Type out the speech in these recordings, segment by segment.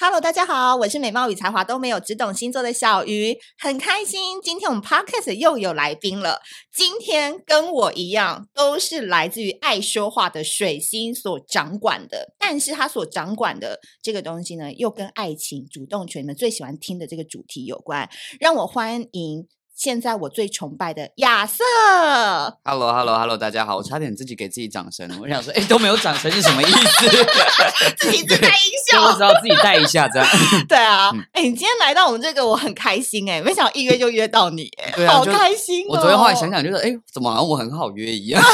Hello，大家好，我是美貌与才华都没有，只懂星座的小鱼，很开心，今天我们 Podcast 又有来宾了。今天跟我一样，都是来自于爱说话的水星所掌管的，但是他所掌管的这个东西呢，又跟爱情、主动权，你们最喜欢听的这个主题有关。让我欢迎现在我最崇拜的亚瑟。 h e l l o h e l l o h e l l o 大家好，我差点自己给自己掌声，我想说，哎、都没有掌声是什么意思？ 自己自带 音所以我效只，好自己带一下这样。 对啊嗯，哎、你今天来到我们这个，我很开心哎、没想到一约就约到你、哎对啊好就开心、哦！我昨天后来想想，就是哎、怎么好像我很好约一样？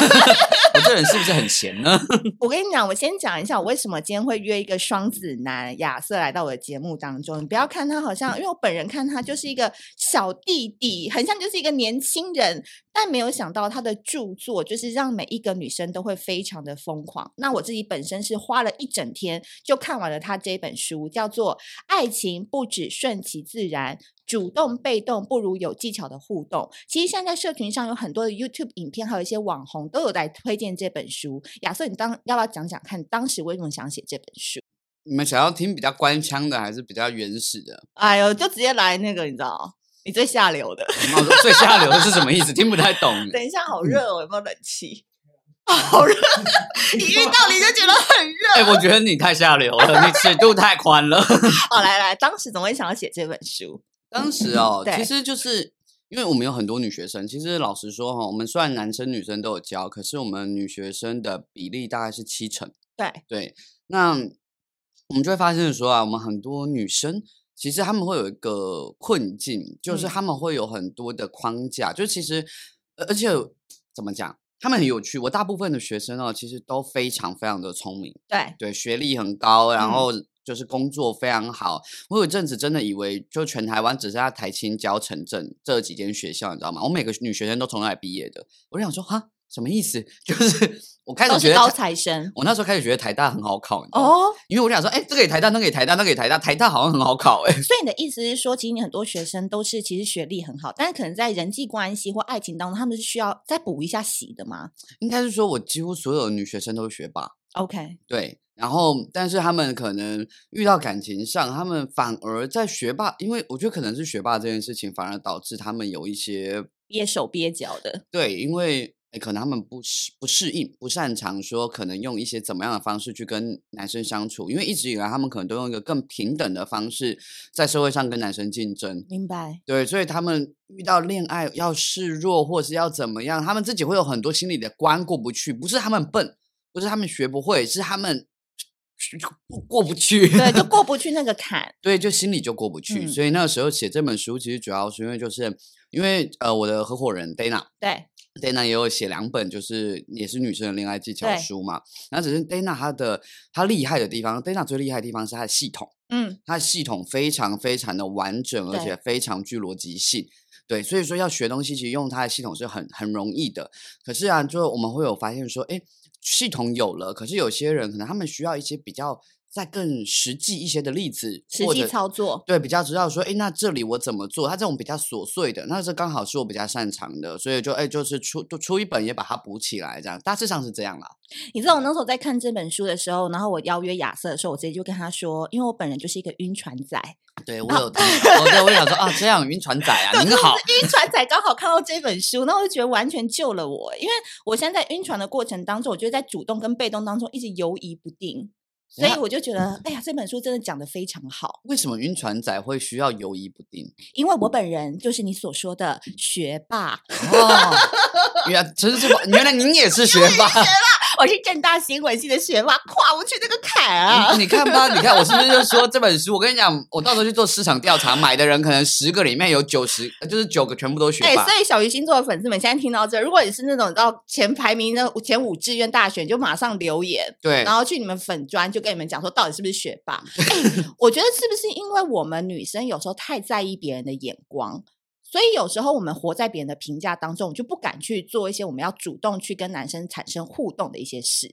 我这人是不是很闲呢？ 我跟你讲，我先讲一下我为什么今天会约一个双子男亚瑟来到我的节目当中。你不要看他好像，因为我本人看他就是一个小弟弟，很像就是一个年轻人，但没有想到他的著作就是让每一个女生都会非常的疯狂。那我自己本身是花了一整天就看完了他这本书，叫做《爱情不止顺其自然》。主动被动不如有技巧的互动。其实现在在社群上有很多的 YouTube 影片，还有一些网红都有在推荐这本书。亚瑟，你当要不要讲讲看，当时为什么想写这本书？你们想要听比较官腔的，还是比较原始的？哎呦，就直接来那个，你知道，你最下流的。我说最下流的是什么意思？听不太懂。 等一下，好热哦，有没有冷气？啊 好热， 一遇到你就觉得很热。哎、我觉得你太下流了，你尺度太宽了。好，来来，当时怎么会想要写这本书？当时哦，对其实就是因为我们有很多女学生，其实老实说哈、我们虽然男生女生都有教，可是我们女学生的比例大概是七成。对，对，那我们就会发现说啊，我们很多女生其实她们会有一个困境，就是嗯她们会有很多的框架，就其实呃而且怎么讲，她们很有趣。我大部分的学生哦，其实都非常非常的聪明，对，对，学历很高，然嗯后就是工作非常好。我有一阵子真的以为，就全台湾只剩下台青交、城镇这几间学校，你知道吗？我每个女学生都从那里毕业的。我就想说，哈，什么意思？ 就是我开都始觉是得高台材生我那时候开始觉得台大很好考，你知道吗哦。因为我就想说，哎、这个也台大，那个也台大，那个也台大，台大好像很好考、哎，所以你的意思是说，其实你很多学生都是其实学历很好，但是可能在人际关系或爱情当中，他们是需要再补一下习的吗应该是说我几乎所有的女学生都是学霸， ？OK，对。然后，但是他们可能遇到感情上，他们反而在学霸，因为我觉得可能是学霸这件事情，反而导致他们有一些憋手憋脚的，对，因为诶可能他们不适不适应、不擅长说，可能用一些怎么样的方式去跟男生相处，因为一直以来他们可能都用一个更平等的方式在社会上跟男生竞争。明白？对，所以他们遇到恋爱要示弱，或是要怎么样，他们自己会有很多心里的关过不去。不是他们笨，不是他们学不会，是他们过过不去。对，就过不去那个坎。 对，就心里就过不去。嗯所以那个时候写这本书，其实主要是因为就是因为呃，我的合伙人 Dana。对， Dana 也有写两本，就是也是女生的恋爱技巧对书嘛。然后只是 Dana 她的她厉害的地方，Dana 最厉害的地方是她的系统，嗯，她的系统非常非常的完整，而对且非常具逻辑性。对，所以说要学东西，其实用她的系统是很很容易的。可是啊，就我们会有发现说，哎，系统有了，可是有些人可能他们需要一些比较再更实际一些的例子，实或际者操作。对，比较知道说，哎，那这里我怎么做？它这种比较琐碎的，那这刚好是我比较擅长的，所以就哎，就是出就出一本也把它补起来，这样大致上是这样啦。你知道我那时候在看这本书的时候，然后我邀约亚瑟的时候，我直接就跟他说，因为我本人就是一个晕船仔，对啊我有听到，我对我想说啊，这样晕船仔 啊，您好，晕船仔刚好看到这本书，那我就觉得完全救了我，因为我现在在晕船的过程当中，我觉得在主动跟被动当中一直游移不定，所以那我就觉得，哎呀，这本书真的讲得非常好，为什么晕船仔会需要犹疑不定？因为我本人就是你所说的学霸，哦， 原来真是原来您也是学霸。 我是正大新闻系的学霸，跨不去那个坎啊。你你看吧，你看我是不是就说这本书？我跟你讲，我到时候去做市场调查，买的人可能十个里面有九十，就是九个全部都学 哎、霸。所以小鱼星座的粉丝们现在听到这，如果你是那种到前排名的前五志愿大选，就马上留言，对，然后去你们粉专就跟你们讲说到底是不是学 霸。哎我觉得是不是因为我们女生有时候太在意别人的眼光，所以有时候我们活在别人的评价当中，我们就不敢去做一些我们要主动去跟男生产生互动的一些事。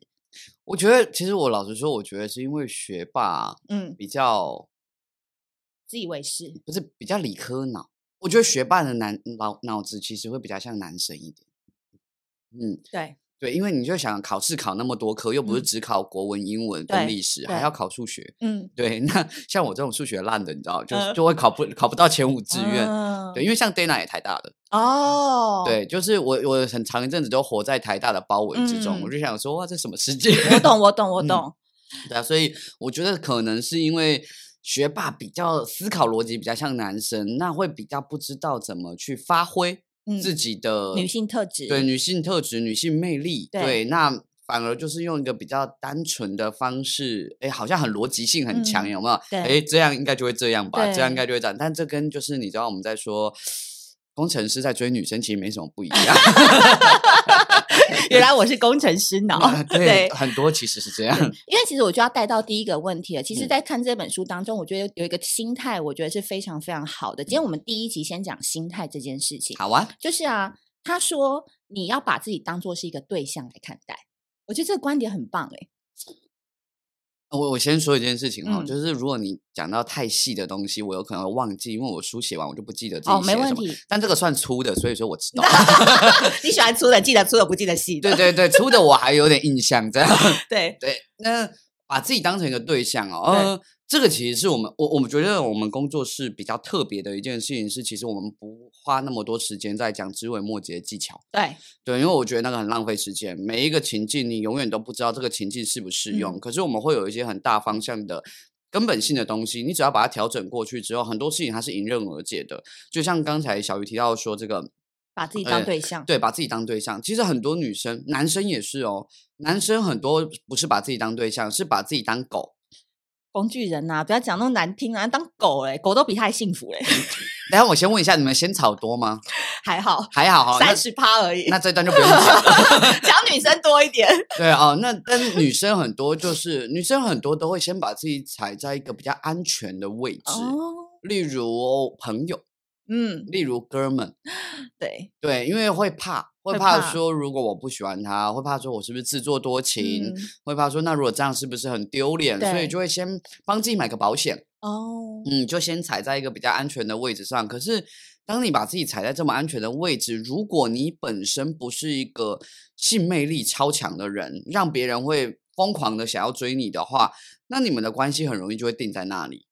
我觉得其实我老实说，我觉得是因为学霸嗯，比较自以为是。不是比较理科脑，我觉得学霸的男脑脑子其实会比较像男生一点。嗯，对，对，因为你就想考试考那么多科，又不是嗯只考国文、英文对跟历史，还对要考数学。嗯，对， 那像我这种数学烂的，你知道，就呃是就会考不考不到前五志愿。嗯对，因为像 Dana 也台大的，哦，，对，就是我我很长一阵子都活在台大的包围之中，嗯我就想说哇，这什么世界？我懂，我懂，我嗯懂， 对啊，所以我觉得可能是因为学霸比较思考逻辑比较像男生，那会比较不知道怎么去发挥嗯，自己的、女性特质，对女性特质、女性魅力，对那。反而就是用一个比较单纯的方式，哎，好像很逻辑性很强，嗯有没有？对哎，这样应该就会这样吧，这样应对该就会这样。但这跟就是你知道我们在说工程师在追女生，其实没什么不一样。，原来我是工程师脑 啊对，哦对。很多其实是这样。因为其实我就要带到第一个问题了。其实，嗯在看这本书当中，我觉得有一个心态，我觉得是非常非常好的。今天我们第一集先讲心态这件事情，嗯好啊，就是啊，他说你要把自己当做是一个对象来看待，我觉得这个观点很棒哎、我我先说一件事情哈、嗯就是如果你讲到太细的东西，我有可能会忘记，因为我书写完我就不记得自己哦，写没了什问么。题，但这个算粗的，所以说我知道。 你喜欢粗的记得粗的，不记得细的。对对对，粗的我还有点印象，这样对，对。那把自己当成一个对象哦，对呃，这个其实是我们我我们觉得我们工作室比较特别的一件事情是，其实我们不花那么多时间在讲枝微末节的技巧，对，对，因为我觉得那个很浪费时间。每一个情境，你永远都不知道这个情境适不适用。嗯可是我们会有一些很大方向的根本性的东西，你只要把它调整过去之后，很多事情它是迎刃而解的。就像刚才小鱼提到说，这个把自己当呃对象。对把自己当对象，其实很多女生、男生也是哦。男生很多不是把自己当对象，是把自己当狗。工具人啊呐、不要讲那么难听啊，当狗嘞、狗都比他还幸福嘞、等一下我先问一下，你们仙草多吗？还好还好哈、三那十趴而已，那这段就不用讲了。 讲女生多一点。对哦，那但是女生很多就是女生很多都会先把自己踩在一个比较安全的位置，哦，例如朋友，嗯，例如哥们，对，对，因为会怕，会会怕怕说如果我不喜欢他，会怕说我是不是自作多情，嗯会怕说那如果这样是不是很丢脸，所对以就会先帮自己买个保险，哦，嗯，就先踩在一个比较安全的位置上。可是，当你把自己踩在这么安全的位置，如果你本身不是一个性魅力超强的人，让别人会疯狂的想要追你的话，那你们的关系很容易就会定在那里。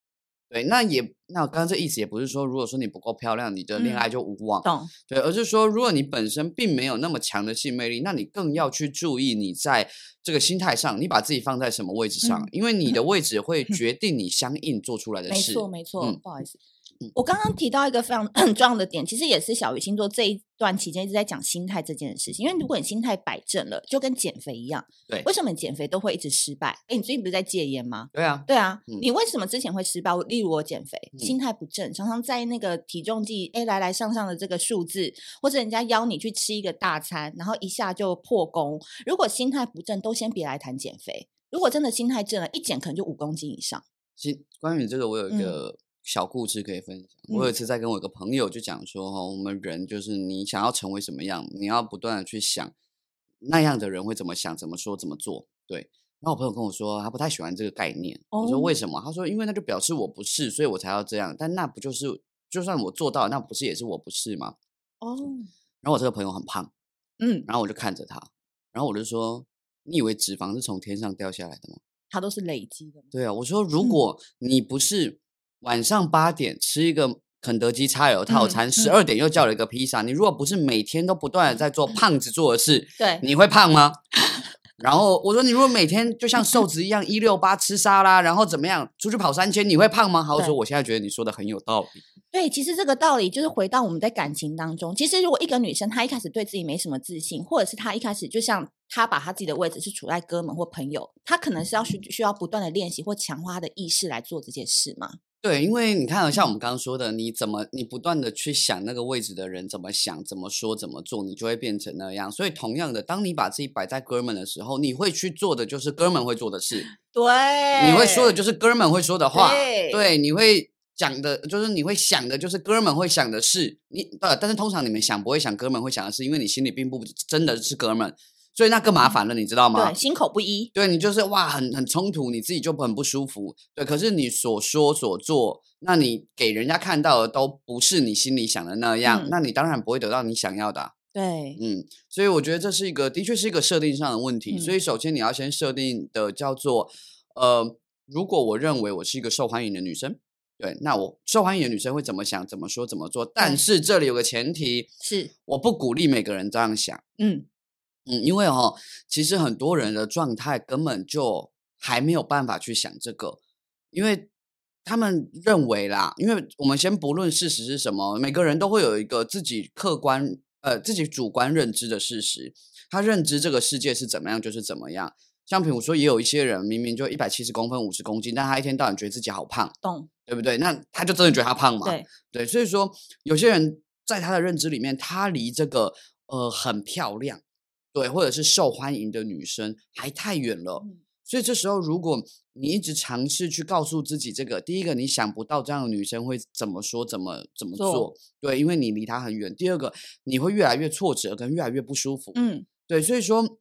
对，那也那刚刚这意思也不是说，如果说你不够漂亮，你的恋嗯爱就无望。懂，对，而是说，如果你本身并没有那么强的性魅力，那你更要去注意你在这个心态上，你把自己放在什么位置上，嗯因为你的位 置会决定你相应做出来的没事。错，没错，嗯不好意思嗯。我刚刚提到一个非常 重要的点，其实也是小鱼星座这一段期间一直在讲心态这件事情。因为如果你心态摆正了，就跟减肥一样，对为什么你减肥都会一直失败？哎，你最近不是在戒烟吗？对啊，对啊，嗯你为什么之前会失败？我例如我减肥，嗯心态不正，常常在那个体重计哎来来上上的这个数字，或者人家邀你去吃一个大餐，然后一下就破功。如果心态不正，都先别来谈减肥。如果真的心态正了，一减可能就五公斤以上。其实关于这个，我有嗯一个小故事可以分享。我有一次在跟我一个朋友就讲说，哈、我们人就是你想要成为什么样，你要不断的去想那样的人会怎么想、怎么说、怎么做。对。然后我朋友跟我说，他不太喜欢这个概念。我说哦为什么？他说因为那就表示我不是，所以我才要这样。但那不就是就算我做到，那不是也是我不是吗？哦，然后我这个朋友很胖，嗯，然后我就看着他，然后我就说，你以为脂肪是从天上掉下来的吗？它都是累积的嘛。对啊，我说如嗯果你不是晚上八点吃一个肯德基叉油套嗯餐，十嗯二、点又叫了一个披萨，你如果不是每天都不断的在做嗯胖子做的事，对，你会 胖吗？然后我说，你如果每天就像瘦子一样一六八吃沙拉，然后怎么样出去跑三千，你会胖吗？好，我对说我现在觉得你说的很有道理。对，其实这个道理就是回到我们在感情当中。其实如果一个女生她一开始对自己没什么自信，或者是她一开始就像她把她自己的位置是处在哥们或朋友，她可能是要需需要不断的练习或强化她的意识来做这件事嘛。对，因为你看啊，像我们刚刚说的，你怎么你不断的去想那个位置的人怎么想、怎么说、怎么做，你就会变成那样。所以同样的，当你把自己摆在哥们的时候，你会去做的就是哥们会做的事，对你会说的就是哥们会说的话，对对，你会讲的，就是你会想的，就是哥们会想的事。你呃，但是通常你们想不会想哥们会想的事，因为你心里并不真的是哥们，所以那更麻烦了，你知道吗？嗯对，心口不一。对你就是哇，很很冲突，你自己就很不舒服。对，可是你所说所做，那你给人家看到的都不是你心里想的那样，嗯那你当然不会得到你想要的啊、对，嗯，所以我觉得这是一个，的确是一个设定上的问题。嗯所以首先你要先设定的叫做，呃，如果我认为我是一个受欢迎的女生，对，那我受欢迎的女生会怎么想、怎么说、怎么做？但对是这里有个前提，是，我不鼓励每个人这样想。嗯，嗯，因为哈、哦，其实很多人的状态根本就还没有办法去想这个，因为他们认为啦，因为我们先不论事实是什么，每个人都会有一个自己客观呃自己主观认知的事实，他认知这个世界是怎么样就是怎么样。像比如说，也有一些人明明就一百七十公分、五十公斤，但他一天到晚觉得自己好胖，懂，对不对？那他就真的觉得他胖嘛？对，对，所以说有些人在他的认知里面，他离这个呃很漂亮，对，或者是受欢迎的女生还太远了。嗯所以这时候，如果你一直尝试去告诉自己这个，第一个你想不到这样的女生会怎么说、怎么怎么做做，对，因为你离她很远。第二个，你会越来越挫折，跟越来越不舒服。嗯，对，所以说，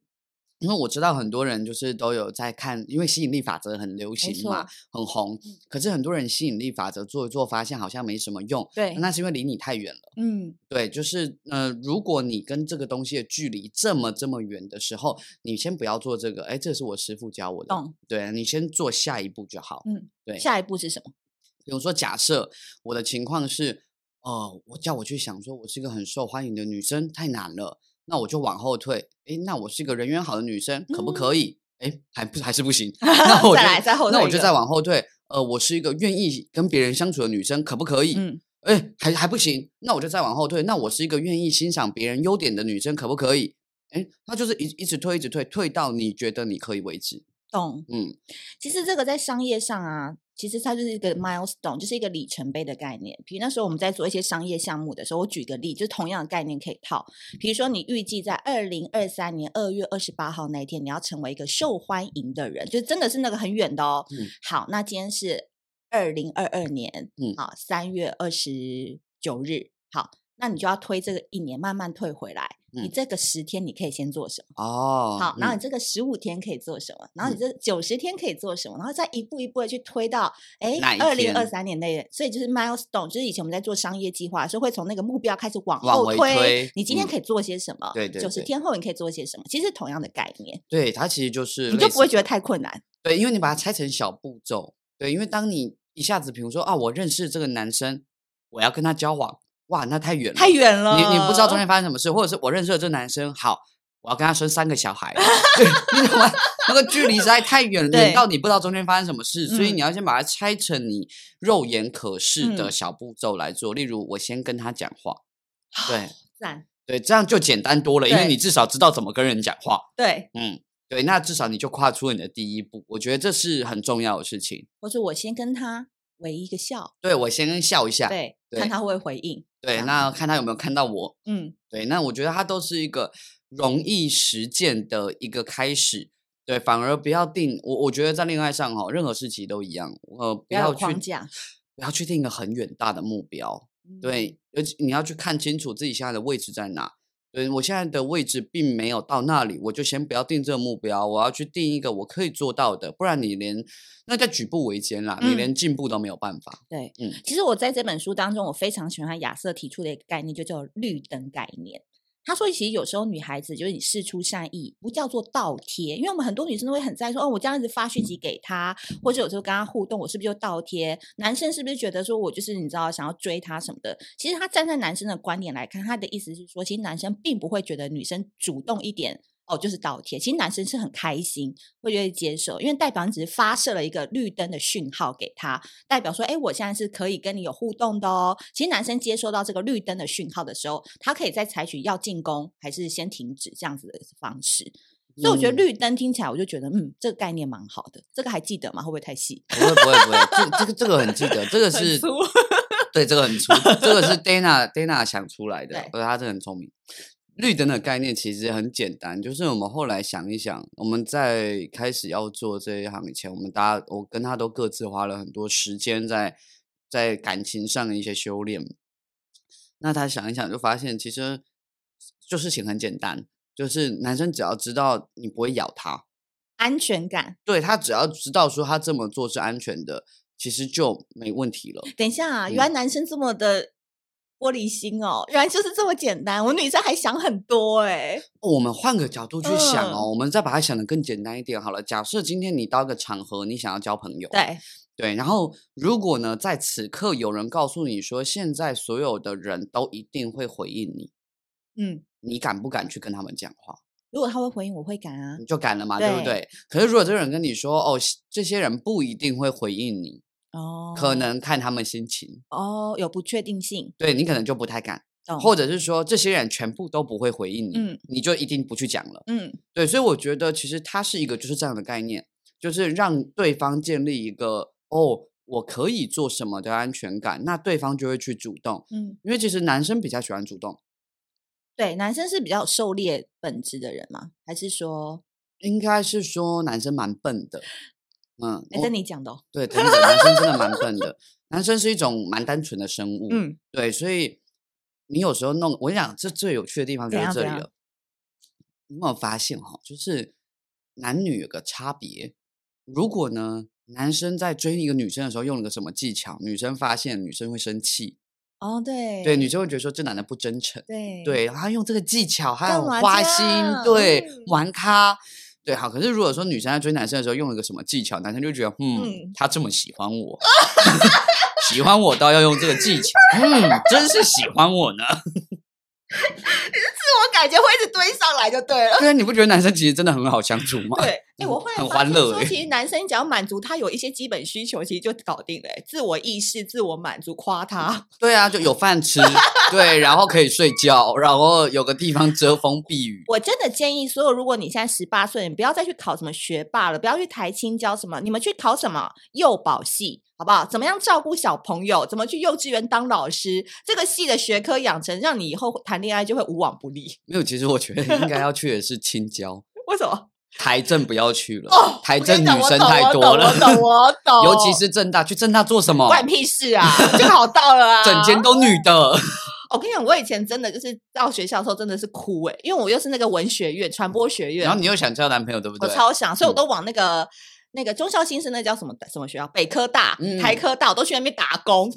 因为我知道很多人就是都有在看，因为吸引力法则很流行嘛，很红。嗯可是很多人吸引力法则做一做，发现好像没什么用，对，那是因为离你太远了。嗯，对，就是呃，如果你跟这个东西的距离这么这么远的时候，你先不要做这个。哎，这是我师傅教我的。懂。嗯对，你先做下一步就好。对下一步是什 么？比如说，假设我的情况是，呃，我叫我去想说，我是一个很受欢迎的女生，太难了，那我就往后退。诶，那我是一个人缘好的女生，可不可以？诶，还不还是不行。那我再就来嗯再后那退我一就个再往后退。呃，我是一个愿意跟别人相处的女生，可不可以？嗯，哎、还还不行，那我就再往后退。那我是一个愿意欣赏别人优点的女生，可不可以？哎，那就是一一直退，一直退，退到你觉得你可以为止。懂。嗯，其实这个在商业上啊，其实它就是一个 milestone，就是一个里程碑的概念。比如那时候我们在做一些商业项目的时候，我举个例，就是同样的概念可以套。比如说，你预计在二零二三年二月二十八号那一天，你要成为一个受欢迎的人，就真的是那个很远的哦。嗯好，那今天是二零二二年，嗯好，三月二十九日，好。那你就要推这个一年，慢慢退回来。你嗯这个十天你可以先做什么？哦，好，然后嗯你这个十五天可以做什么？然后你嗯这九十天可以做什么？然后再一步一步的去推到，哎，哪一二零二天三年内，所以就是 milestone，就是以前我们在做商业计划的时候，会从那个目标开始往往后回推。推你今天嗯可以做些什么？对对九十对天后你可以做些什么？其实同样的概念，对，它其实就是你就类不会似觉得太困难。对，因为你把它拆成小步骤。对，因为当你一下子，比如说啊，我认识这个男生，我要跟他交往，哇，那太远了，太远了，你你不嗯知道中间发生什么事，或者是我认识了这个男生，好，我要跟他生三个 小孩，对你懂吗？那个距离实在太远，对远到你不知道中间发生什么事，所以嗯你要先把它拆成你肉眼可视的嗯小步骤来做。例如，我先跟他讲话，对赞，对，这样就简单多了，因为啊对你至少知道怎么跟人讲话。对，嗯，对，那至少你就跨出你的第一步，我觉得这是很重要的事情。或者我先跟他微一个笑，对我先笑一下，对，对，啊看对他会不会回应。样那看他有没有看到我，嗯，对，那我觉得它都是一个容易实践的一个开始。对，反而不要定我，我觉得在恋爱上哈、任何事情都一样，呃，不不要有要去框架。不要去定一个很远大的目标，嗯，对，而且你要去看清楚自己现在的位置在哪。对我现在的位置并没有到那里，我就先不要定这个目标，我要去定一个我可以做到的，不然你连那叫举步维艰啦，你嗯连进步都没有办法。对，嗯其实我在这本书当中，我非常喜欢亚瑟提出的一个概念，就叫绿灯概念。他说，其实有时候女孩子就是你事出善意，不叫做倒贴，因为我们很多女生都会很在意说，哦，我这样子发讯息给他，或者有时候跟他互动，我是不是就倒贴？男生是不是觉得说我就是你知道想要追他什么的？其实他站在男生的观点来看，他的意思是说，其实男生并不会觉得女生主动一点。哦，就是倒贴。其实男生是很开心，会愿意接受，因为代表你只是发射了一个绿灯的讯号给他，代表说，哎，我现在是可以跟你有互动的哦。其实男生接收到这个绿灯的讯号的时候，他可以再采取要进攻还是先停止这样子的方式。所以我觉得嗯绿灯听起来，我就觉得，嗯，这个概念蛮好的。这个还记得吗？会不会太细？不会不会不会，这这个这个很记得，这个很是粗 对这个很粗，这个是 Dana Dana 想出来的对，而且他真的很聪明。绿灯的概念其实很简单，就是我们后来想一想，我们在开始要做这一行以前，我们大家我跟他都各自花了很多时间在在感情上的一些修炼。那他想一想，就发现其实就事情很简单，就是男生只要知道你不会咬他，安全感。对他只要知道说他这么做是安全的，其实就没问题了。嗯等一下啊，原来男生这么的。玻璃心哦，原来就是这么简单。我女生还想很多哎、哦我们换个角度去想哦，嗯我们再把它想的更简单一点好了。假设今天你到一个场合，你想要交朋友，对，对，然后如果呢，在此刻有人告诉你说，现在所有的人都一定会回应你，嗯，你敢不敢去跟他们讲话？如果他会回应，我会敢啊你。就敢了嘛，对不对对？可是如果这个人跟你说，哦，这些人不一定会回应你，哦，可能看他们心情，哦，有不确定性，对你可能就不太敢，懂？或者是说这些人全部都不会回应你，哦嗯你就一定不去讲了。嗯，对，所以我觉得其实它是一个就是这样的概念，就是让对方建立一个哦，我可以做什么的安全感，那对方就会去主动。嗯，因为其实男生比较喜欢主动，对，男生是比较有狩猎本质的人吗？还是说，应该是说男生蛮笨的。嗯，哎、我这你讲的、哦，对，等等，男生真的蛮笨的。男生是一种蛮单纯的生物，嗯，对，所以你有时候弄，我跟你讲，这最有趣的地方就怎是样这怎里样了。你有没有发现哈、就是男女有个差别。如果呢，男生在追一个女生的时候用了个什么技巧，女生发现，女生会生气，哦，对，对，女生会觉得说这男的不真诚，对对，然后他用这个技巧，他嗯干很嘛花这心样，对嗯，玩咖，对，好。可是如果说女生在追男生的时候用了个什么技巧，男生就觉得，嗯嗯，他这么喜欢我， 喜欢我到要用这个技巧，嗯，真是喜欢我呢。 我感觉会一直堆上来就对 了。对啊，你不觉得男生其实真的很好相处吗？对，哎、我嗯会很欢乐欸其实男生只要满足他有一些基本需求，其实就搞定了欸、自我意识、自我满足，夸他。 对啊，就有饭吃，对，然后可以睡觉，然后有个地方遮风避雨。我真的建议所有，如果你现在十八岁，你不要再去考什么学霸了，不要去台青教什么，你们去考什么幼保系，好不好？怎么样照顾小朋友？怎么去幼稚园当老师？这个系的学科养成，让你以后谈恋爱就会无往不利。 没有，其实我觉得应该要去的是青椒，为什 么？台政不要去了，哦，台我跟政你女讲我生懂太我多懂了。我懂，我 懂。尤其是正大，去正大做什么？关你屁事 啊，就考到了啊，整间都女 的，我跟你讲，我以前真的就是到学校的时候真的是哭诶、因为我又是那个文学院、传播学院，然后你又想交男朋友，对不我对？超想，所以我嗯都往那个、那个中校新生那叫什么什么学校，北科大、台嗯科大，我都去那边打工，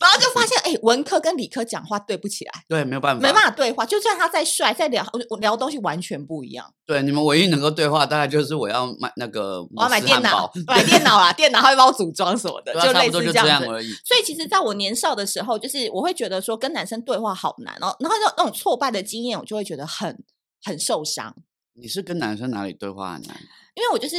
然后就发现哎、文科跟理科讲话对不起来，对，没有办法，没办法对话，就算他再帅再聊，我我聊的东西完全不一样。对，你们唯一能够对话，大概就是我要买那个我摩要买斯电汉脑 堡，买电脑啦，电脑他会帮我组装什么的，对啊，差类不似多就样样子。而已。所以其实，在我年少的时候，就是我会觉得说跟男生对话好难哦，然后那种那种挫败的经验，我就会觉得很很受伤，你是跟男生哪里对话很难？因为我就是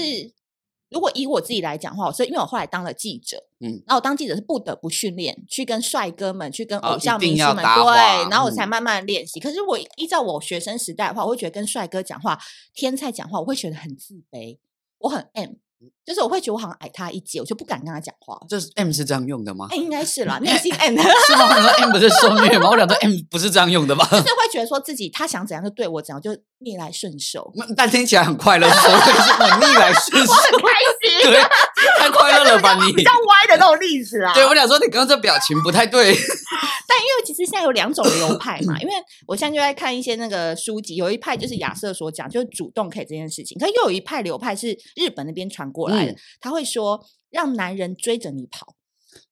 如果以我自己来讲的话，所以因为我后来当了记者，嗯嗯，然后我当记者是不得不训练，去跟帅哥们，去跟哦偶一像定明星要们，搭话对，然后我才嗯慢慢练习。可是我依照我学生时代的话，我会觉得跟帅哥讲话、天才讲话，我会觉得很自卑，我很 M，就是我会觉得我好像矮他一截，我就不敢跟他讲 话。这是 M 是这样用的 吗哎、？应该是啦，内心 M。是吗？我说 M 不是受虐吗？我想说 M 不是这样用的吗？，就是会觉得说自己他想怎样就对我怎样，就逆来顺受嗯但听起来很快乐，是什么回事？我逆来顺受，很开 心，对，太快乐了吧 你？歪的那种例子啊对，我想说你刚刚这表情不太对。但因为其实现在有两种流派嘛， 因为我现在就在看一些那个书籍，有一派就是亚瑟所讲，就是主动可以这件事情，可又有一派流派是日本那边传过来的，嗯他会说让男人追着你跑，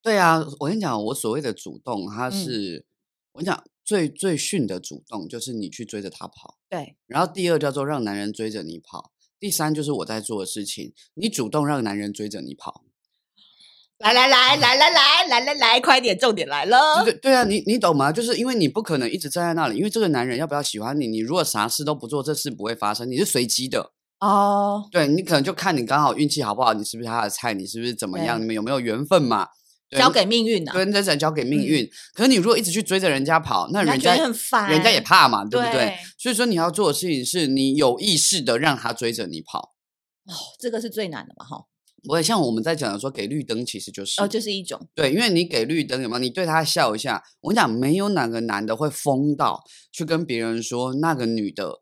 对啊，我跟你讲，我所谓的主动，它嗯是、我跟你讲最最逊的主动，就是你去追着他跑。对，然后第二叫做让男人追着你跑，第三就是我在做的事情，你主动让男人追着你跑。来来来来来来来来来，快点，重点来对了，对啊，你你懂吗？就是因为你不可能一直站在那里，因为这个男人要不要喜欢你，你如果啥事都不做，这事不会发生，你是随机的。哦，对你可能就看你刚好运气好不好，你是不是他的菜，你是不是怎么样，对你们有没有缘分嘛？对交你给命运啊，对，那只能交给命嗯运。可是你如果一直去追着人家跑，那人人家家觉得很烦，人家也怕嘛，对不对哎对？所以说你要做的事情是你有意识的让他追着你跑。这个是最难的嘛，哈，我也像我们在讲的说，给绿灯其实就是、哦，就是一种，对，因为你给绿灯有没有？你对他笑一下，我跟你讲，没有哪个男的会疯到去跟别人说那个女的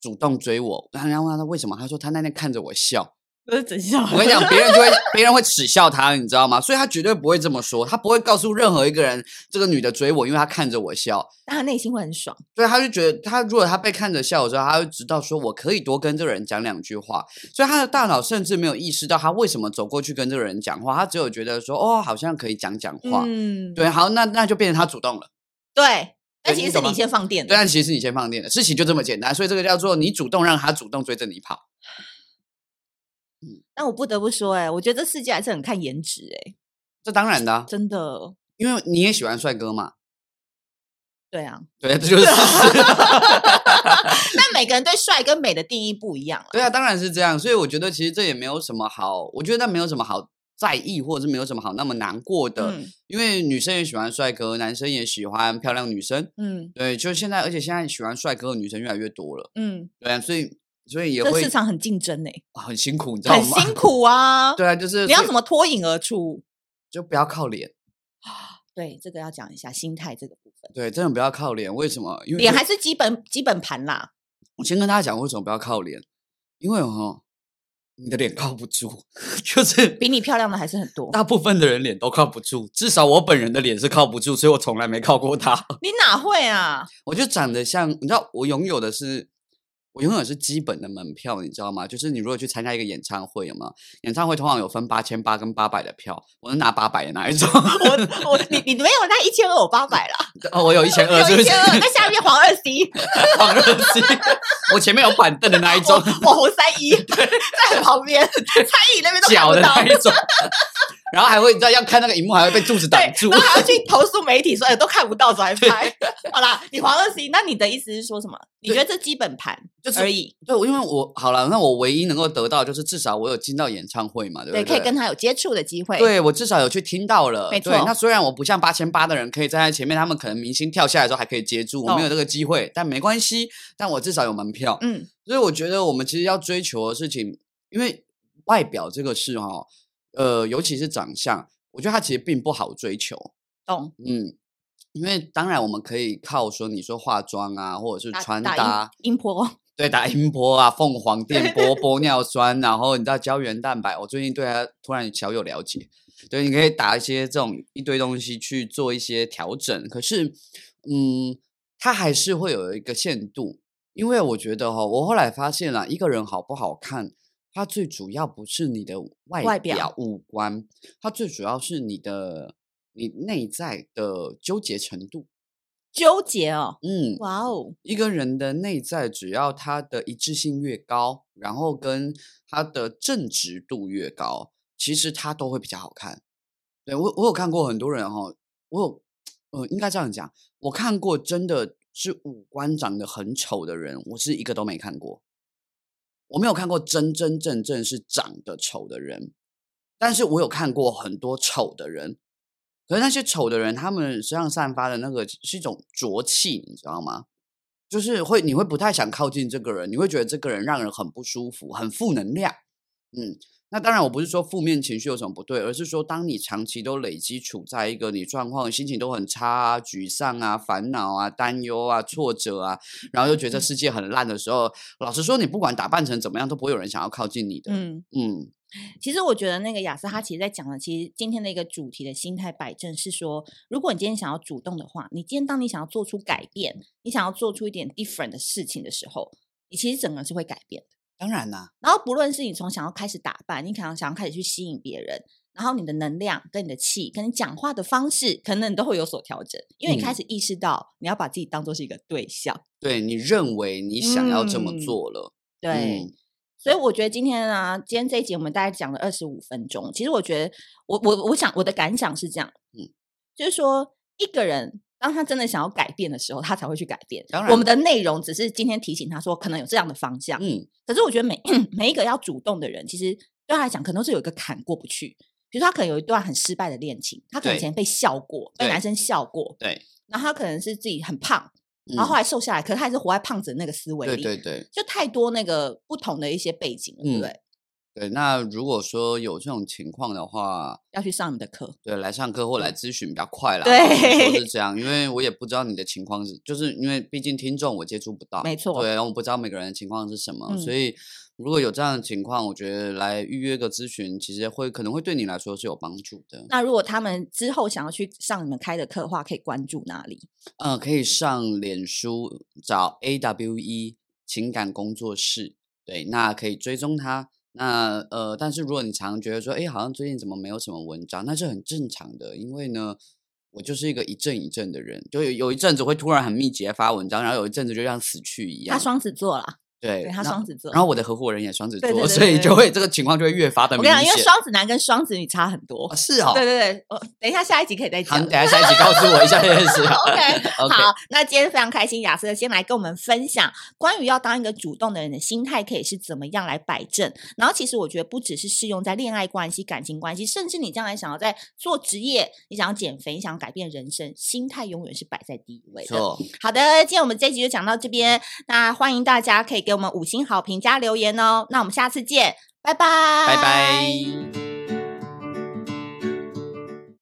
主动追我，然后人家问他为什么，他说他那天看着我笑。不是真相，我跟你讲，别人就会别人会耻笑他，你知道吗？所以他绝对不会这么说，他不会告诉任何一个人这个女的追我，因为她看着我笑。但他内心会很爽，所以他就觉得，他如果他被看着笑的时候，他会知道说我可以多跟这个人讲两句话。所以他的大脑甚至没有意识到他为什么走过去跟这个人讲话，他只有觉得说哦，好像可以讲讲话。嗯，对，好，那那就变成他主动了。对，但对其实你是懂你吗先放电对，啊的，但其实是你先放电的事情就这么简单，所以这个叫做你主动让他主动追着你跑。但我不得不说、哎，我觉得这世界还是很看颜值、哎，这当然的啊、真的，因为你也喜欢帅哥嘛。对啊，对，这就是事实。 但每个人对帅跟美的定义不一样了，对啊，当然是这样。所以我觉得其实这也没有什么好，我觉得没有什么好在意，或者是没有什么好那么难过的，嗯因为女生也喜欢帅哥，男生也喜欢漂亮女生。嗯对，就现在，而且现在喜欢帅哥的女生越来越多了。嗯，对啊，所以所以也这会市场很竞争哎、很辛苦，你知道很吗？辛苦啊，对啊，就是不要所以怎么脱颖而出，就不要靠脸。对，这个要讲一下心态这个部分，对，真的不要靠脸。为什么？因为脸就还是基本基本盘啦，我先跟大家讲为什么不要靠脸，因为哦，你的脸靠不住， 就是比你漂亮的还是很多，大部分的人脸都靠不住，至少我本人的脸是靠不住，所以我从来没靠过他。你哪会啊？我就长得像，你知道，我拥有的是我拥有的是基本的门票，你知道吗？就是你如果去参加一个演唱会，有吗？演唱会通常有分八千八跟八百的票，我是拿八百的那一种。我我你你没有那一千二我八百啦， 哦，我有一千二，是有不一是？千 二，那下面黄二十一，狂热机我前面有板凳的那一我种，我红三 一在旁边，餐椅那边都看脚不的到那。一种， 然后还会你知道要看那个荧幕，还会被柱子挡对，住然。后还要去投诉媒体说，哎，都看不到，怎么还拍？好啦，你黄二十一，那你的意思是说什么？你觉对得这基本盘就是而已，对，我因为我好了，那我唯一能够得到就是至少我有进到演唱会嘛，对不对，可以跟他有接触的机会。，对我至少有去听到了，没对错那虽然我不像八千八的人可以站在前面，他们可能明星跳下来之后还可以接住，我没有这个机会，但没关系，但我至少有门票。嗯，所以我觉得我们其实要追求的事情，因为外表这个事哈、呃，尤其是长相，我觉得它其实并不好追求。懂。嗯，因为当然我们可以靠说你说化妆啊，或者是打穿打搭，音音波，对，打音波啊，凤凰电对波、玻尿酸，然后你知道胶原蛋白，我最近对它突然小有了解。对，你可以打一些这种一堆东西去做一些调整，可是，嗯，它还是会有一个限度，因为我觉得哈、我后来发现了一个人好不好看，它最主要不是你的外外表表五官，它最主要是你的你内在的纠结程度。纠结哦，嗯，哇哦，一个人的内在，只要他的一致性越高，然后跟他的正直度越高，其实他都会比较好看。对我，我有看过很多人哦，我有，呃，应该这样讲，我看过真的是五官长得很丑的人，我是一个都没看过。我没有看过真真正正是长得丑的人，但是我有看过很多丑的人。可是那些丑的人，他们身上散发的那个是一种浊气，你知道吗？就是会你会不太想靠近这个人，你会觉得这个人让人很不舒服，很负能量。嗯，那当然我不是说负面情绪有什么不对，而是说当你长期都累积处在一个你状况心情都很差啊、沮丧啊、烦恼啊、担忧啊、挫折啊，然后又觉得世界很烂的时候，老实说，你不管打扮成怎么样，都不会有人想要靠近你的。嗯，嗯，其实我觉得那个雅思，他其实在讲的，其实今天的一个主题的心态摆正是说，如果你今天想要主动的话，你今天当你想要做出改变，你想要做出一点 different 的事情的时候，你其实整个人是会改变的。当然啦、然后不论是你从想要开始打扮，你可能想要开始去吸引别人，然后你的能量、跟你的气、跟你讲话的方式，可能你都会有所调整，因为你开嗯始意识到你要把自己当做是一个对象。对你认为你想要这么嗯做了，对，嗯所以我觉得今天啊，今天这一集我们大概讲了二十五分钟。其实我觉得，我我我想我的感想是这样，嗯嗯，就是说一个人当他真的想要改变的时候，他才会去改变。当我然们的内容只是今天提醒他说，可能有这样的方向。嗯，可是我觉得每 每一个要主动的人，其实对他来讲，可能都是有一个坎过不去。比如说，他可能有一段很失败的恋情，他可能以对前被笑过，被对男生笑过，对，然后他可能是自己很胖，然嗯后后来瘦下来，可是他还是活在胖子的那个思维对里。嗯对对，就太多那个不同的一些背景了，对不嗯对？对，那如果说有这种情况的话，要去上你的课，对，来上课或来咨询比较快啦。嗯对都是这样，因为我也不知道你的情况是，就是因为毕竟听众我接触不到，没错对，然后我不知道每个人的情况是什么，嗯所以如果有这样的情况，我觉得来预约个咨询，其实会可能会对你来说是有帮助的。那如果他们之后想要去上你们开的课的话，可以关注哪里？嗯、可以上脸书找 A W E 情感工作室，对，那可以追踪他。那呃，但是如果你常常觉得说，哎，好像最近怎么没有什么文章，那是很正常的，因为呢，我就是一个一阵一阵的人，就有有一阵子会突然很密集的发文章，然后有一阵子就像死去一样。他双子座啦，对对他那双子座。然后我的合伙人也双子座，对对对所以对对就会这个情况就会越发的我明跟你显。讲，因为双子男跟双子女差很多。哦是哦，对对对，我等一下下一集可以再好，讲你。等一下下一集告诉我一下这件事啊。 OK， OK，好，那今天非常开心，亚瑟先来跟我们分享关于要当一个主动的人的心态可以是怎么样来摆正。然后其实我觉得不只是适用在恋爱关系、感情关系，甚至你将来想要在做职业，你想要减肥，你想要改变人生，心态永远是摆在第一位没的。错，嗯好的，今天我们这一集就讲到这边，那欢迎大家可以给我们五星好评加留言哦。那我们下次见，拜拜，拜拜。